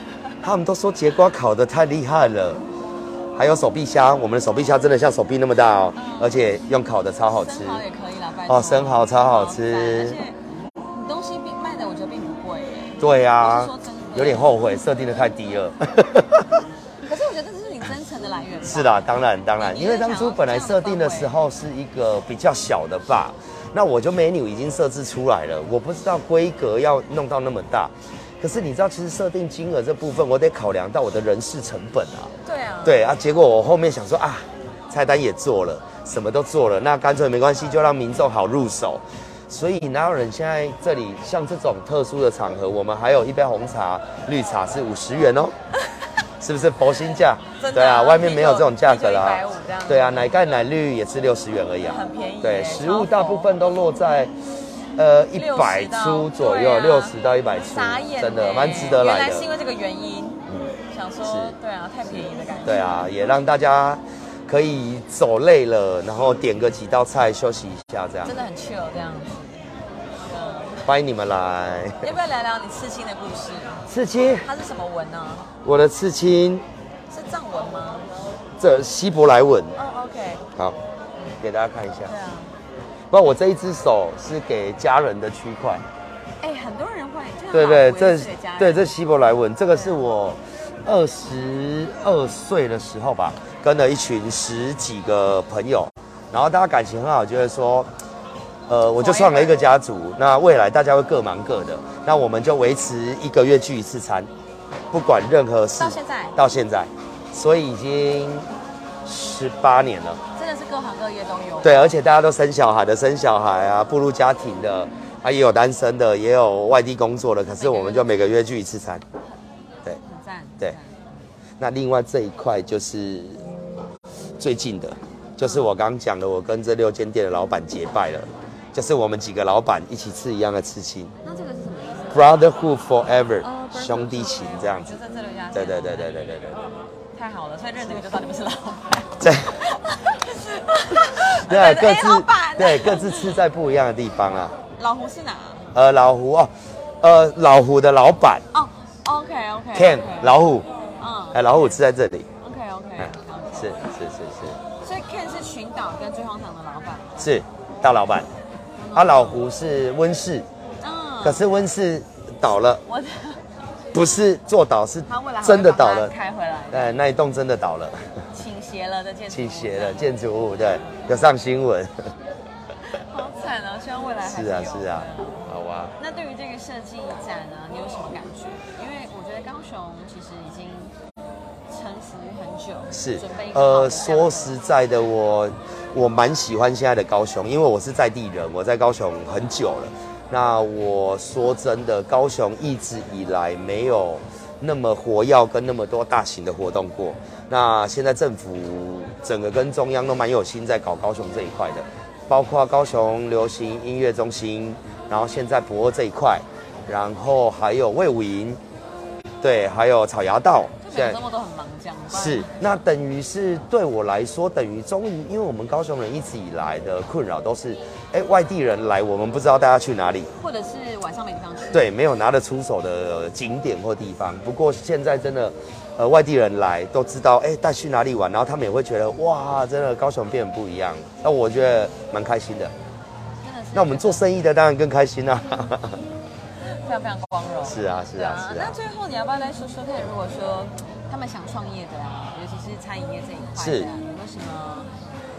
[SPEAKER 2] 他们都说节瓜烤的太厉害了。还有手臂虾，我们的手臂虾真的像手臂那么大哦，而且用烤的超好吃
[SPEAKER 1] 生。蚝也可以啦，拜托
[SPEAKER 2] 哦，生蚝超好吃
[SPEAKER 1] 而。且你东西并卖的我觉得并不贵耶。
[SPEAKER 2] 对啊
[SPEAKER 1] 我是说真的
[SPEAKER 2] 有点后悔设定的太低了。
[SPEAKER 1] 可是我觉得这是你真诚的来源吧。
[SPEAKER 2] 是啦，当然当然，
[SPEAKER 1] 你
[SPEAKER 2] 因为当初本来设定的时候是一个比较小的吧，那我就 menu 已经设置出来了，我不知道规格要弄到那么大。可是你知道，其实设定金额这部分，我得考量到我的人事成本啊。
[SPEAKER 1] 对啊，
[SPEAKER 2] 对啊，结果我后面想说啊，菜单也做了，什么都做了，那干脆没关系，就让民众好入手。所以哪有人现在这里像这种特殊的场合，我们还有一杯红茶、绿茶是五十元 哦，是不是佛心价？
[SPEAKER 1] 真的
[SPEAKER 2] 对
[SPEAKER 1] 啊
[SPEAKER 2] 啊，外面没有这种价格啦
[SPEAKER 1] 啤酒啤酒150这样。
[SPEAKER 2] 对啊，奶盖奶绿也是六十元而已啊，
[SPEAKER 1] 很便宜耶
[SPEAKER 2] 对，
[SPEAKER 1] 超
[SPEAKER 2] 食物大
[SPEAKER 1] 佛
[SPEAKER 2] 部分都落在。呃，一百
[SPEAKER 1] 60到
[SPEAKER 2] 出左
[SPEAKER 1] 对
[SPEAKER 2] 右，
[SPEAKER 1] 啊
[SPEAKER 2] 六十到一百出
[SPEAKER 1] 傻，眼
[SPEAKER 2] 真的
[SPEAKER 1] 耶
[SPEAKER 2] 蛮值得来的。嗯
[SPEAKER 1] 原来是因为这个原因，想说
[SPEAKER 2] 是
[SPEAKER 1] 对啊，太便宜的感觉。
[SPEAKER 2] 对啊，也让大家可以走累了，然后点个几道菜休息一下，这样
[SPEAKER 1] 真的很 chill 这样子。嗯
[SPEAKER 2] 欢迎你们来
[SPEAKER 1] 要不要聊聊你刺青的故事？
[SPEAKER 2] 刺青。
[SPEAKER 1] 它是什么纹呢？
[SPEAKER 2] 我的刺青，
[SPEAKER 1] 是藏纹吗？
[SPEAKER 2] 这希伯来文，
[SPEAKER 1] 哦，OK，
[SPEAKER 2] 好，给大家看一下。
[SPEAKER 1] 对啊。
[SPEAKER 2] 不然我这一只手是给家人的区块，
[SPEAKER 1] 哎，很多人会，就像
[SPEAKER 2] 对对，
[SPEAKER 1] 老
[SPEAKER 2] 这
[SPEAKER 1] 吴也是给家人
[SPEAKER 2] 对这希伯来文，这个是我二十二岁的时候吧，跟了一群十几个朋友，然后大家感情很好，就会说，呃，我就创了一个家族，那未来大家会各忙各的，那我们就维持一个月聚一次餐，不管任何事，
[SPEAKER 1] 到现在
[SPEAKER 2] 到现在，所以已经十八年了。
[SPEAKER 1] 真的是各行各业都有。
[SPEAKER 2] 对，而且大家都生小孩的，生小孩啊，步入家庭的，啊，也有单身的，也有外地工作的，可是我们就每个月聚一次餐。
[SPEAKER 1] 很赞。
[SPEAKER 2] 对
[SPEAKER 1] 很赞
[SPEAKER 2] 那另外这一块就是最近的，就是我刚刚讲的，我跟这六间店的老板结拜了，就是我们几个老板一起吃一样的刺青
[SPEAKER 1] 那这个是什么意思？
[SPEAKER 2] ，Brotherhood Forever，、
[SPEAKER 1] 哦不是
[SPEAKER 2] 兄弟情这样子
[SPEAKER 1] 就。在这里家。
[SPEAKER 2] 对对对对对对对
[SPEAKER 1] 太好了，所以认这个就知道你们是老板。
[SPEAKER 2] 对。 对，啊
[SPEAKER 1] 哎
[SPEAKER 2] 各
[SPEAKER 1] 老
[SPEAKER 2] 自
[SPEAKER 1] 板
[SPEAKER 2] 对各自吃在不一样的地方啊。
[SPEAKER 1] 老胡是哪？
[SPEAKER 2] 呃，老胡哦，呃，老胡的老板
[SPEAKER 1] 哦，OK OK。
[SPEAKER 2] Ken 老虎，
[SPEAKER 1] 嗯
[SPEAKER 2] 哎，老虎吃在这里，
[SPEAKER 1] ，OK
[SPEAKER 2] 哎
[SPEAKER 1] OK。，
[SPEAKER 2] 是是是
[SPEAKER 1] 所以 Ken 是群岛跟追荒堂的老板。
[SPEAKER 2] 是是大老板，啊，老胡是温室，
[SPEAKER 1] 嗯。
[SPEAKER 2] 可是温室倒了，
[SPEAKER 1] 我的
[SPEAKER 2] 不是坐倒，是
[SPEAKER 1] 他未来还会
[SPEAKER 2] 真的
[SPEAKER 1] 把它
[SPEAKER 2] 倒了，
[SPEAKER 1] 开回来，
[SPEAKER 2] 哎，那一栋真的倒了，
[SPEAKER 1] 倾斜了的建筑，
[SPEAKER 2] 倾斜了，，建筑物对，有上新闻，
[SPEAKER 1] 好惨啊！希望未来还
[SPEAKER 2] 是啊
[SPEAKER 1] 有
[SPEAKER 2] 是啊
[SPEAKER 1] 对，
[SPEAKER 2] 好啊。
[SPEAKER 1] 那对于这个设计展呢，你有什么感觉？因为我觉得高雄其实已经沉浮很久，
[SPEAKER 2] 是
[SPEAKER 1] 准备，
[SPEAKER 2] 呃，说实在的，我我蛮喜欢现在的高雄，因为我是在地人，我在高雄很久了。那我说真的，高雄一直以来没有那么活跃跟那么多大型的活动过。那现在政府整个跟中央都蛮有心在搞高雄这一块的，包括高雄流行音乐中心，然后现在博尔这一块，然后还有魏武营，对，还有草衙道，
[SPEAKER 1] 就每个周末都很忙这样，不然
[SPEAKER 2] 是，那等于是对我来说，等于终于，因为我们高雄人一直以来的困扰都是，哎、外地人来，我们不知道大家去哪里，
[SPEAKER 1] 或者是晚上没地方去，
[SPEAKER 2] 对，没有拿得出手的景点或地方。不过现在真的，呃，外地人来都知道，哎、带去哪里玩，然后他们也会觉得，哇，真的高雄变得不一样。那我觉得蛮开心的。
[SPEAKER 1] 真的是
[SPEAKER 2] 那我们做生意的当然更开心啦、
[SPEAKER 1] 非常非常光荣，
[SPEAKER 2] 是啊，是
[SPEAKER 1] 对
[SPEAKER 2] 啊，是
[SPEAKER 1] 那
[SPEAKER 2] 啊。
[SPEAKER 1] 最后你要不要再说说看，如果说他们想创业的啊，尤其是餐饮业这一块的啊，
[SPEAKER 2] 是
[SPEAKER 1] 有没有什么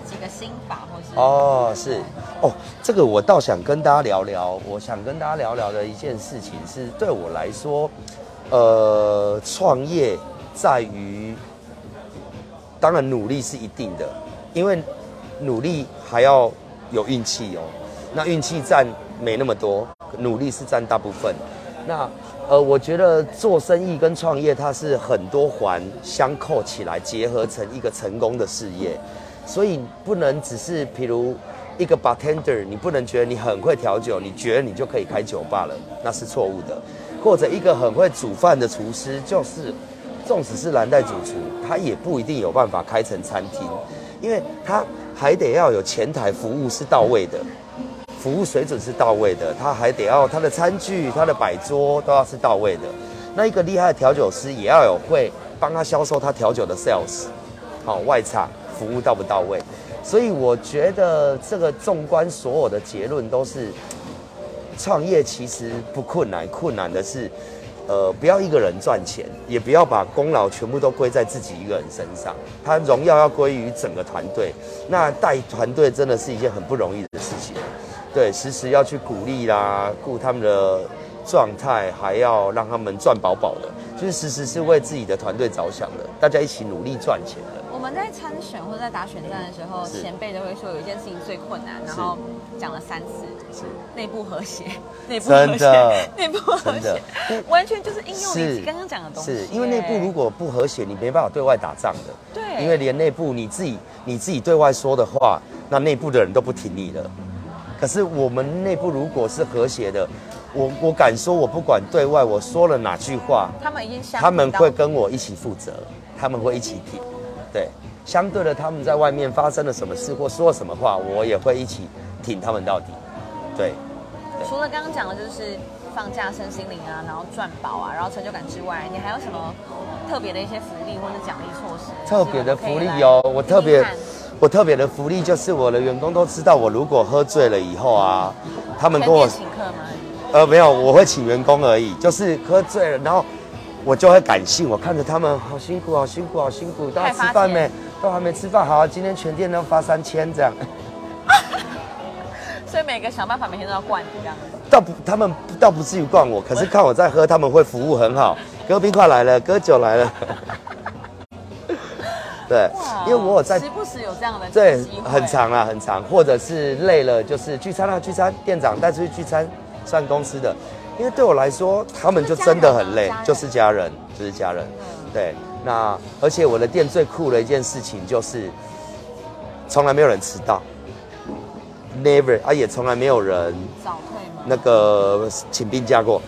[SPEAKER 1] 几个心法或是
[SPEAKER 2] 哦，是哦，这个我倒想跟大家聊聊。我想跟大家聊聊的一件事情是，对我来说，呃，创业在于，当然努力是一定的，因为努力还要有运气哦。那运气占没那么多，努力是占大部分。那呃，我觉得做生意跟创业，它是很多环相扣起来，结合成一个成功的事业。所以不能只是，譬如一个 bartender，你不能觉得你很会调酒，你觉得你就可以开酒吧了，那是错误的。或者一个很会煮饭的厨师，就是纵使是蓝带主厨，他也不一定有办法开成餐厅，因为他还得要有前台服务是到位的。服务水准是到位的，他还得要他的餐具、他的摆桌都要是到位的。那一个厉害的调酒师也要有会帮他销售他调酒的 sales，好、外场服务到不到位。所以我觉得这个纵观所有的结论都是，创业其实不困难，困难的是，呃，不要一个人赚钱，也不要把功劳全部都归在自己一个人身上，他荣耀要归于整个团队。那带团队真的是一件很不容易的事情。对，时时要去鼓励啦，顾他们的状态，还要让他们赚饱饱的，就是时时是为自己的团队着想的，大家一起努力赚钱的。
[SPEAKER 1] 我们在参选或者在打选战的时候，
[SPEAKER 2] 是
[SPEAKER 1] 前辈都会说有一件事情最困难，然
[SPEAKER 2] 是
[SPEAKER 1] 后讲了三次，
[SPEAKER 2] 是
[SPEAKER 1] 内部和谐， 内部和
[SPEAKER 2] 真的
[SPEAKER 1] 谐， 内部和
[SPEAKER 2] 真的
[SPEAKER 1] 谐，完全就是应用你刚刚讲的东西耶。
[SPEAKER 2] 是因为内部如果不和谐，你没办法对外打仗的。
[SPEAKER 1] 对，
[SPEAKER 2] 因为连内部你自己你自己对外说的话，那内部的人都不听你的。可是我们内部如果是和谐的，我我敢说，我不管对外我说了哪句话，
[SPEAKER 1] 他们已经相
[SPEAKER 2] 他们
[SPEAKER 1] 遇到
[SPEAKER 2] 会跟我一起负责，他们会一起挺，对。相对的，他们在外面发生了什么事或说了什么话，我也会一起挺他们到底，对。
[SPEAKER 1] 除了刚刚讲的就是放假身心灵啊，然后赚饱啊，然后成就感之外，你还有什么特别的一些福利或者奖励措施？
[SPEAKER 2] 特别的福利哦，我特别
[SPEAKER 1] 听听看，
[SPEAKER 2] 我特别的福利就是我的员工都知道，我如果喝醉了以后啊，他们跟我
[SPEAKER 1] 全面请客吗？
[SPEAKER 2] 呃，没有，我会请员工而已，就是喝醉了，然后我就会感性，我看着他们好辛苦，好辛苦，好辛苦，大家吃饭没？都还没吃饭，好、今天全店都发三千这样，
[SPEAKER 1] 所以每个想办法每天都要灌你这样子。
[SPEAKER 2] 倒不，他们倒不至于灌我，可是看我在喝，他们会服务 很好，哥冰块来了，哥酒来了， 对，因为我有在
[SPEAKER 1] 时不时有这样的
[SPEAKER 2] 对
[SPEAKER 1] 机，会
[SPEAKER 2] 很。长啦，很长，或者是累了就是聚餐啦、啊聚餐，店长带出去聚餐，算公司的。因为对我来说，他们就真的很累，
[SPEAKER 1] 就
[SPEAKER 2] 就
[SPEAKER 1] 是是
[SPEAKER 2] 家人，就是家人。
[SPEAKER 1] 嗯
[SPEAKER 2] 对，那而且我的店最酷的一件事情就是，从来没有人迟到，never 啊，也从来没有人
[SPEAKER 1] 早退吗？
[SPEAKER 2] 那个请病假过。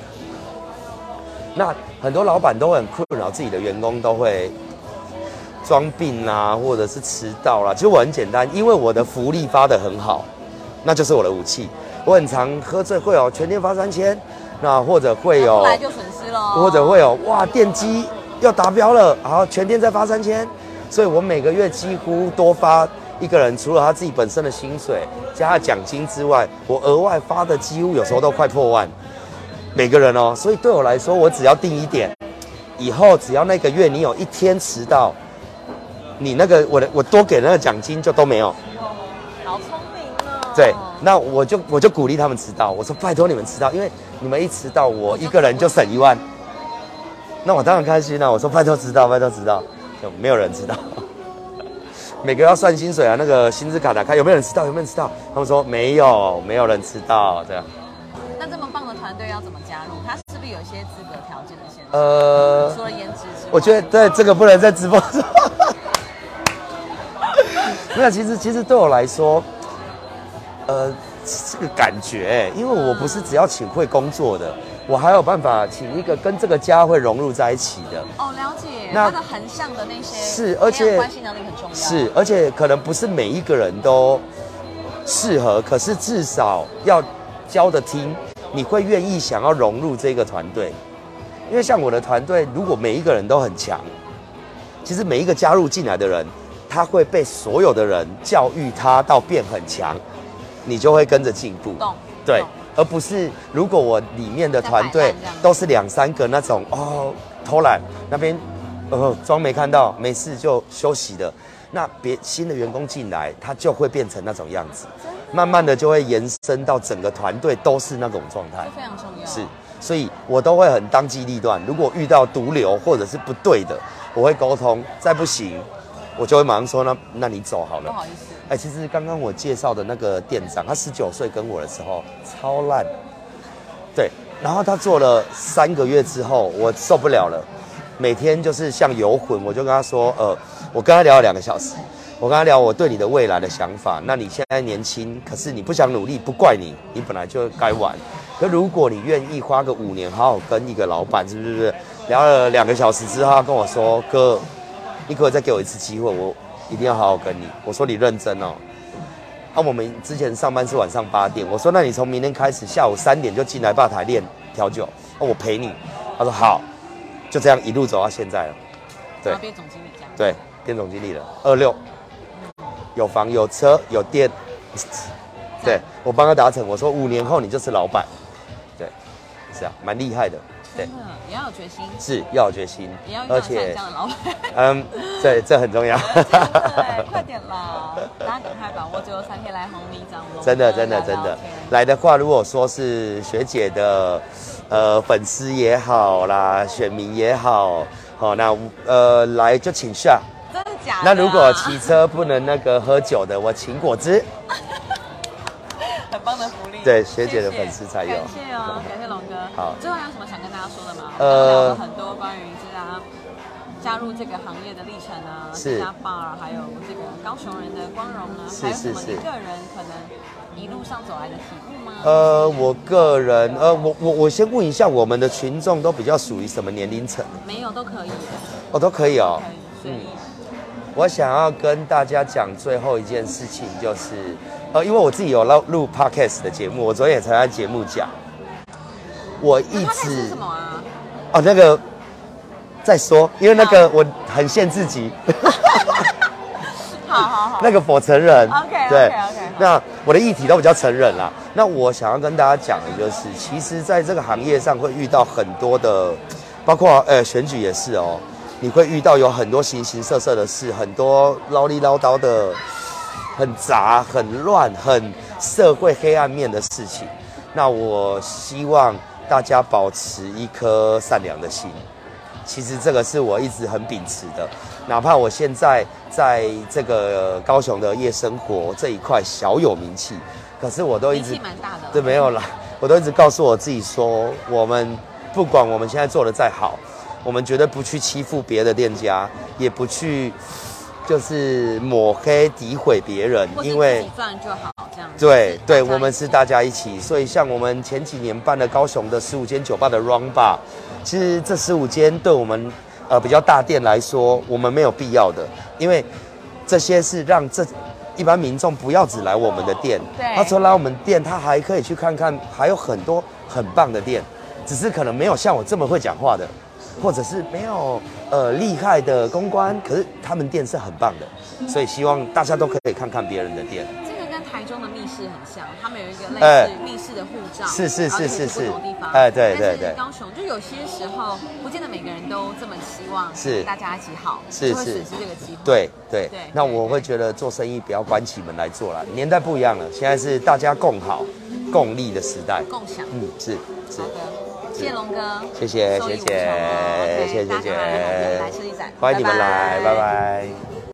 [SPEAKER 2] 那很多老板都很困扰自己的员工，都会装病啊，或者是迟到啦、其实我很简单，因为我的福利发的很好，那就是我的武器。我很常喝醉会有全店发三千，那或者会有
[SPEAKER 1] 后来就损失喽。
[SPEAKER 2] 或者会有哇电机又达标了，然后全店再发三千，所以我每个月几乎多发一个人，除了他自己本身的薪水加他奖金之外，我额外发的几乎有时候都快破万，每个人哦，所以对我来说，我只要定一点，以后只要那个月你有一天迟到，你那个我的我多给那个奖金就都没有。
[SPEAKER 1] 好聪明哦。
[SPEAKER 2] 对，那我就我就鼓励他们迟到，我说拜托你们迟到，因为你们一迟到，我一个人就省一万。那我当然开心了、啊我说拜托迟到，拜托迟到，就没有人迟到。 每个要算薪水啊，那个薪资卡打开，有没有人迟到？有没有人迟到？他们说没有，没有人迟到，这样。
[SPEAKER 1] 那这么棒的团队要怎么加入？他是不是有一些资格条件的限制？
[SPEAKER 2] 呃，
[SPEAKER 1] 除了颜值之外，
[SPEAKER 2] 我觉得对这个不能在直播上。 没有，其实其实对我来说，呃，这个感觉，因为我不是只要请会工作的，我还有办法请一个跟这个家会融入在一起的。
[SPEAKER 1] 哦，了解。
[SPEAKER 2] 那
[SPEAKER 1] 他的横向的那些
[SPEAKER 2] 是而且
[SPEAKER 1] 培养关系能力很重要。
[SPEAKER 2] 是，而且可能不是每一个人都适合，可是至少要教的听，你会愿意想要融入这个团队。因为像我的团队，如果每一个人都很强，其实每一个加入进来的人，他会被所有的人教育他到变很强，你就会跟着进步。
[SPEAKER 1] 懂。
[SPEAKER 2] 对
[SPEAKER 1] 懂，
[SPEAKER 2] 而不是如果我里面的团队
[SPEAKER 1] 在摆烂这样
[SPEAKER 2] 都是两三个那种哦偷懒那边，呃装没看到，没事就休息的，那别新的员工进来，他就会变成那种样子，慢慢的就会延伸到整个团队都是那种状态
[SPEAKER 1] 这。非常重要。
[SPEAKER 2] 是，所以我都会很当机立断。如果遇到毒瘤或者是不对的，我会沟通，再不行，我就会马上说那那你走好
[SPEAKER 1] 不
[SPEAKER 2] 了。
[SPEAKER 1] 好意思，
[SPEAKER 2] 哎、其实刚刚我介绍的那个店长，他十九岁跟我的时候超烂，对，然后他做了三个月之后，我受不了了，每天就是像游魂，我就跟他说，呃，我跟他聊了两个小时，我跟他聊我对你的未来的想法。那你现在年轻，可是你不想努力，不怪你，你本来就该玩。可如果你愿意花个五年，好好跟一个老板，是不是？聊了两个小时之后，他跟我说：“哥，你可不可以再给我一次机会？我一定要好好跟你。”我说：“你认真哦。”啊，我们之前上班是晚上八点，我说：“那你从明天开始下午三点就进来吧台练调酒，啊，我陪你。”他说：“好。”就这样一路走到现在了。对
[SPEAKER 1] 然后变总经理这样。
[SPEAKER 2] 对，店总经理了，二六，有房有车有店，对我帮他达成，我说五年后你就是老板，对，是啊，蛮厉害的，对
[SPEAKER 1] 真，的也要有决心，
[SPEAKER 2] 是要有决心
[SPEAKER 1] 也要，遇到
[SPEAKER 2] 而
[SPEAKER 1] 像你这
[SPEAKER 2] 且，
[SPEAKER 1] 样的 老板。
[SPEAKER 2] 嗯，对，这很重要，
[SPEAKER 1] 真的哎快点啦！大家赶快把握最后三天来红米掌握。
[SPEAKER 2] 真的真的真的，来的话，如果说是学姐的，呃，粉丝也好啦，选民也好，好、那呃来就请下。
[SPEAKER 1] 真的假的啊？
[SPEAKER 2] 那如果骑车不能那个喝酒的，我请果汁。
[SPEAKER 1] 很棒的福利，
[SPEAKER 2] 对学姐的
[SPEAKER 1] 谢谢
[SPEAKER 2] 粉丝才有
[SPEAKER 1] 感谢 哦，感谢龙哥。
[SPEAKER 2] 好
[SPEAKER 1] 最后还有什么想跟大家说的吗？
[SPEAKER 2] 呃
[SPEAKER 1] 呃，很多关于这家加入这个行业的历程啊，
[SPEAKER 2] 是
[SPEAKER 1] 这家 bar，还有这个高雄人的光荣啊，
[SPEAKER 2] 是
[SPEAKER 1] 还有什么
[SPEAKER 2] 是
[SPEAKER 1] 你
[SPEAKER 2] 是
[SPEAKER 1] 个人可能一路上走来的体悟吗？
[SPEAKER 2] 呃，我个人，呃，我我我先问一下，我们的群众都比较属于什么年龄层？
[SPEAKER 1] 没有都可以，
[SPEAKER 2] 哦，都可以哦
[SPEAKER 1] 可。以随意。
[SPEAKER 2] 我想要跟大家讲最后一件事情，就是，呃，因为我自己有录录 podcast 的节目，我昨天也才在节目讲，我一
[SPEAKER 1] 那他在吃
[SPEAKER 2] 直
[SPEAKER 1] 什么啊？
[SPEAKER 2] 哦那个再说，因为那个我很限自己。
[SPEAKER 1] 好好好，
[SPEAKER 2] 那个否成人。
[SPEAKER 1] 哦 OK，OK，OK，
[SPEAKER 2] 对
[SPEAKER 1] 好
[SPEAKER 2] 那我的议题都比较成人啦。那我想要跟大家讲的就是，其实在这个行业上会遇到很多的，包括呃选举也是哦，你会遇到有很多形形色色的事，很多唠里唠叨的，很杂、很乱、很社会黑暗面的事情。那我希望大家保持一颗善良的心。其实这个是我一直很秉持的，哪怕我现在在这个呃高雄的夜生活这一块小有名气，可是我都一
[SPEAKER 1] 力
[SPEAKER 2] 直
[SPEAKER 1] 气蛮大的。
[SPEAKER 2] 对，没有啦，我都一直告诉我自己说，我们不管我们现在做的再好，我们绝对不去欺负别的店家，也不去就是抹黑、诋毁别人，
[SPEAKER 1] 或是
[SPEAKER 2] 因为
[SPEAKER 1] 自己赚就好，这样子。
[SPEAKER 2] 对对，
[SPEAKER 1] 大家
[SPEAKER 2] 我们
[SPEAKER 1] 一起
[SPEAKER 2] 是大家一起，所以像我们前几年办的高雄的十五间酒吧的 Run Bar，其实这十五间对我们呃比较大店来说，我们没有必要的，因为这些是让这一般民众不要只来我们的店，
[SPEAKER 5] 对
[SPEAKER 2] 他除了来我们店，他还可以去看看，还有很多很棒的店，只是可能没有像我这么会讲话的，或者是没有呃厉害的公关，可是他们店是很棒的，所以希望大家都可以看看别人的店。
[SPEAKER 1] 这个跟台中的密室很像，他们有一个类
[SPEAKER 2] 哎
[SPEAKER 1] 似密室的护照，
[SPEAKER 2] 是是
[SPEAKER 1] 然后
[SPEAKER 2] 是
[SPEAKER 1] 就是
[SPEAKER 2] 是
[SPEAKER 1] 不同地方，
[SPEAKER 2] 哎对对
[SPEAKER 1] 但
[SPEAKER 2] 对
[SPEAKER 1] 是高雄就有些时候，不见得每个人都这么希望
[SPEAKER 2] 是
[SPEAKER 1] 大家一起好，
[SPEAKER 2] 是
[SPEAKER 1] 就会
[SPEAKER 2] 是
[SPEAKER 1] 损失这个机会。
[SPEAKER 2] 对对
[SPEAKER 1] 对，
[SPEAKER 2] 那
[SPEAKER 1] 对
[SPEAKER 2] 我会觉得做生意不要关起门来做了，年代不一样了，现在是大家共好、共利的时代。
[SPEAKER 1] 共享。
[SPEAKER 2] 嗯，是是
[SPEAKER 1] 好，的，谢谢龙哥，
[SPEAKER 2] 谢谢
[SPEAKER 1] 受益
[SPEAKER 2] 谢
[SPEAKER 1] 无
[SPEAKER 2] 谢
[SPEAKER 1] 穷哦，OK，
[SPEAKER 2] 谢谢
[SPEAKER 1] 大
[SPEAKER 2] 谢
[SPEAKER 1] 家来来来
[SPEAKER 2] 谢
[SPEAKER 1] 设计展，
[SPEAKER 2] 欢迎你们来，拜拜